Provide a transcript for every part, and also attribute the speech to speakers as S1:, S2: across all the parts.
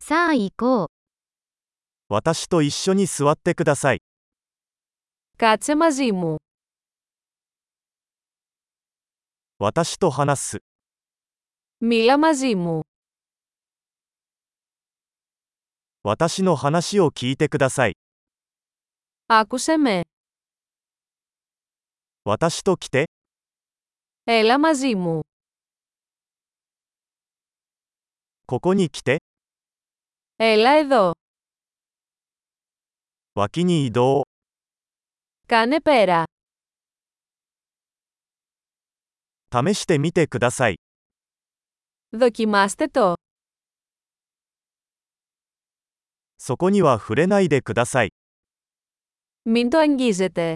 S1: さあ行こう。
S2: 私と一緒に座ってください。
S3: Κάτσε μαζί μου.
S2: 私と話す。
S3: Μίλα μαζί μου.
S2: 私の話を聞いてください。
S3: Άκουσε με.
S2: 私と来て、
S3: Έλα μαζί μου.
S2: ここに来て、
S3: Έλα εδώ.
S2: 脇に移動。
S3: Κάνε πέρα.
S2: 試してみてください。
S3: Δοκιμάστε το.
S2: そこには触れないでください。
S3: Μην το αγγίζετε.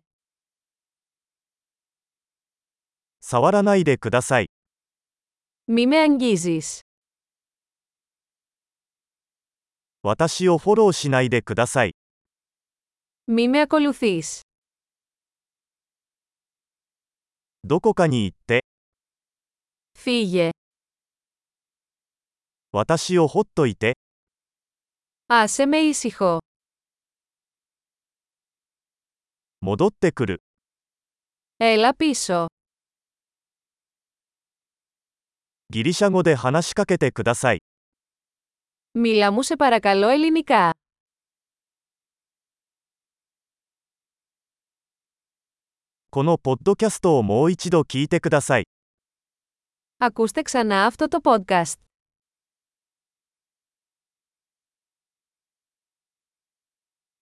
S2: 触らないでください。
S3: Μη με αγγίζεις.
S2: 私をフォローしないでください。
S3: Μη με ακολουθείς.
S2: どこかに行って、
S3: Φύγε.
S2: 私をほっといて、
S3: Άσε με ήσυχο.
S2: 戻ってくる。
S3: Έλα πίσω.
S2: ギリシャ語で話しかけてください。
S3: Μίλα μου σε παρακαλώ ελληνικά.
S2: このポッドキャストをもう一度聞いてください。
S3: Ακούστε ξανά αυτό το podcast.